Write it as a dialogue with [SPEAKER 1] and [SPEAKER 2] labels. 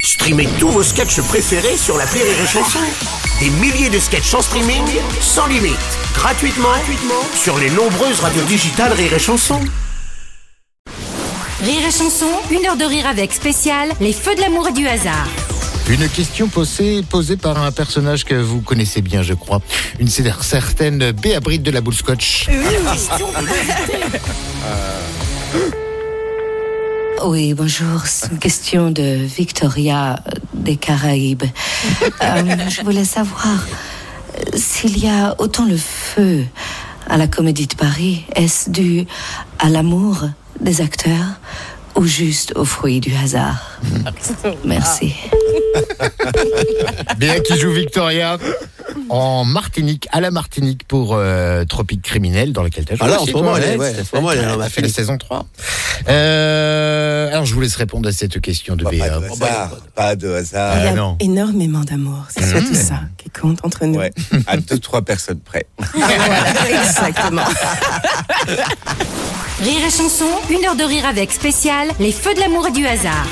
[SPEAKER 1] Streamez tous vos sketchs préférés sur la Rire et Chanson. Des milliers de sketchs en streaming, sans limite, gratuitement, gratuitement sur les nombreuses radios digitales Rire et Chanson.
[SPEAKER 2] Rire et chanson, une heure de rire avec spécial, les feux de l'amour et du hasard.
[SPEAKER 3] Une question posée, posée par un personnage que vous connaissez bien, je crois. Une certaine Béa Bride de la Boule Scotch.
[SPEAKER 4] Oui, bonjour. C'est une question de Victoria des Caraïbes. Euh, je voulais savoir euh, s'il y a autant le feu à la Comédie de Paris, est-ce dû à l'amour des acteurs ou juste au fruit du hasard Merci.
[SPEAKER 3] Béa qui joue Victoria en Martinique, à la Martinique pour euh, Tropique Criminel, dans lequel tu as joué.
[SPEAKER 5] Ah là, en
[SPEAKER 3] aussi,
[SPEAKER 5] ce moment,
[SPEAKER 3] toi,
[SPEAKER 5] elle
[SPEAKER 3] Alex,
[SPEAKER 5] est- ouais,
[SPEAKER 3] tout à
[SPEAKER 5] en ce
[SPEAKER 3] fait.
[SPEAKER 5] moment, elle est
[SPEAKER 3] Elle a
[SPEAKER 5] en
[SPEAKER 3] fait la
[SPEAKER 5] Martinique.
[SPEAKER 3] saison 3. Euh, alors, je vous laisse répondre à cette question de Béa.
[SPEAKER 5] Pas de hasard. Pas de hasard.
[SPEAKER 6] Il y a
[SPEAKER 3] Ah non.
[SPEAKER 6] énormément d'amour. C'est surtout ça qui compte entre nous.
[SPEAKER 5] Ouais, à deux, trois personnes près.
[SPEAKER 6] Exactement.
[SPEAKER 2] Rire et chanson, une heure de rire avec spécial, les feux de l'amour et du hasard.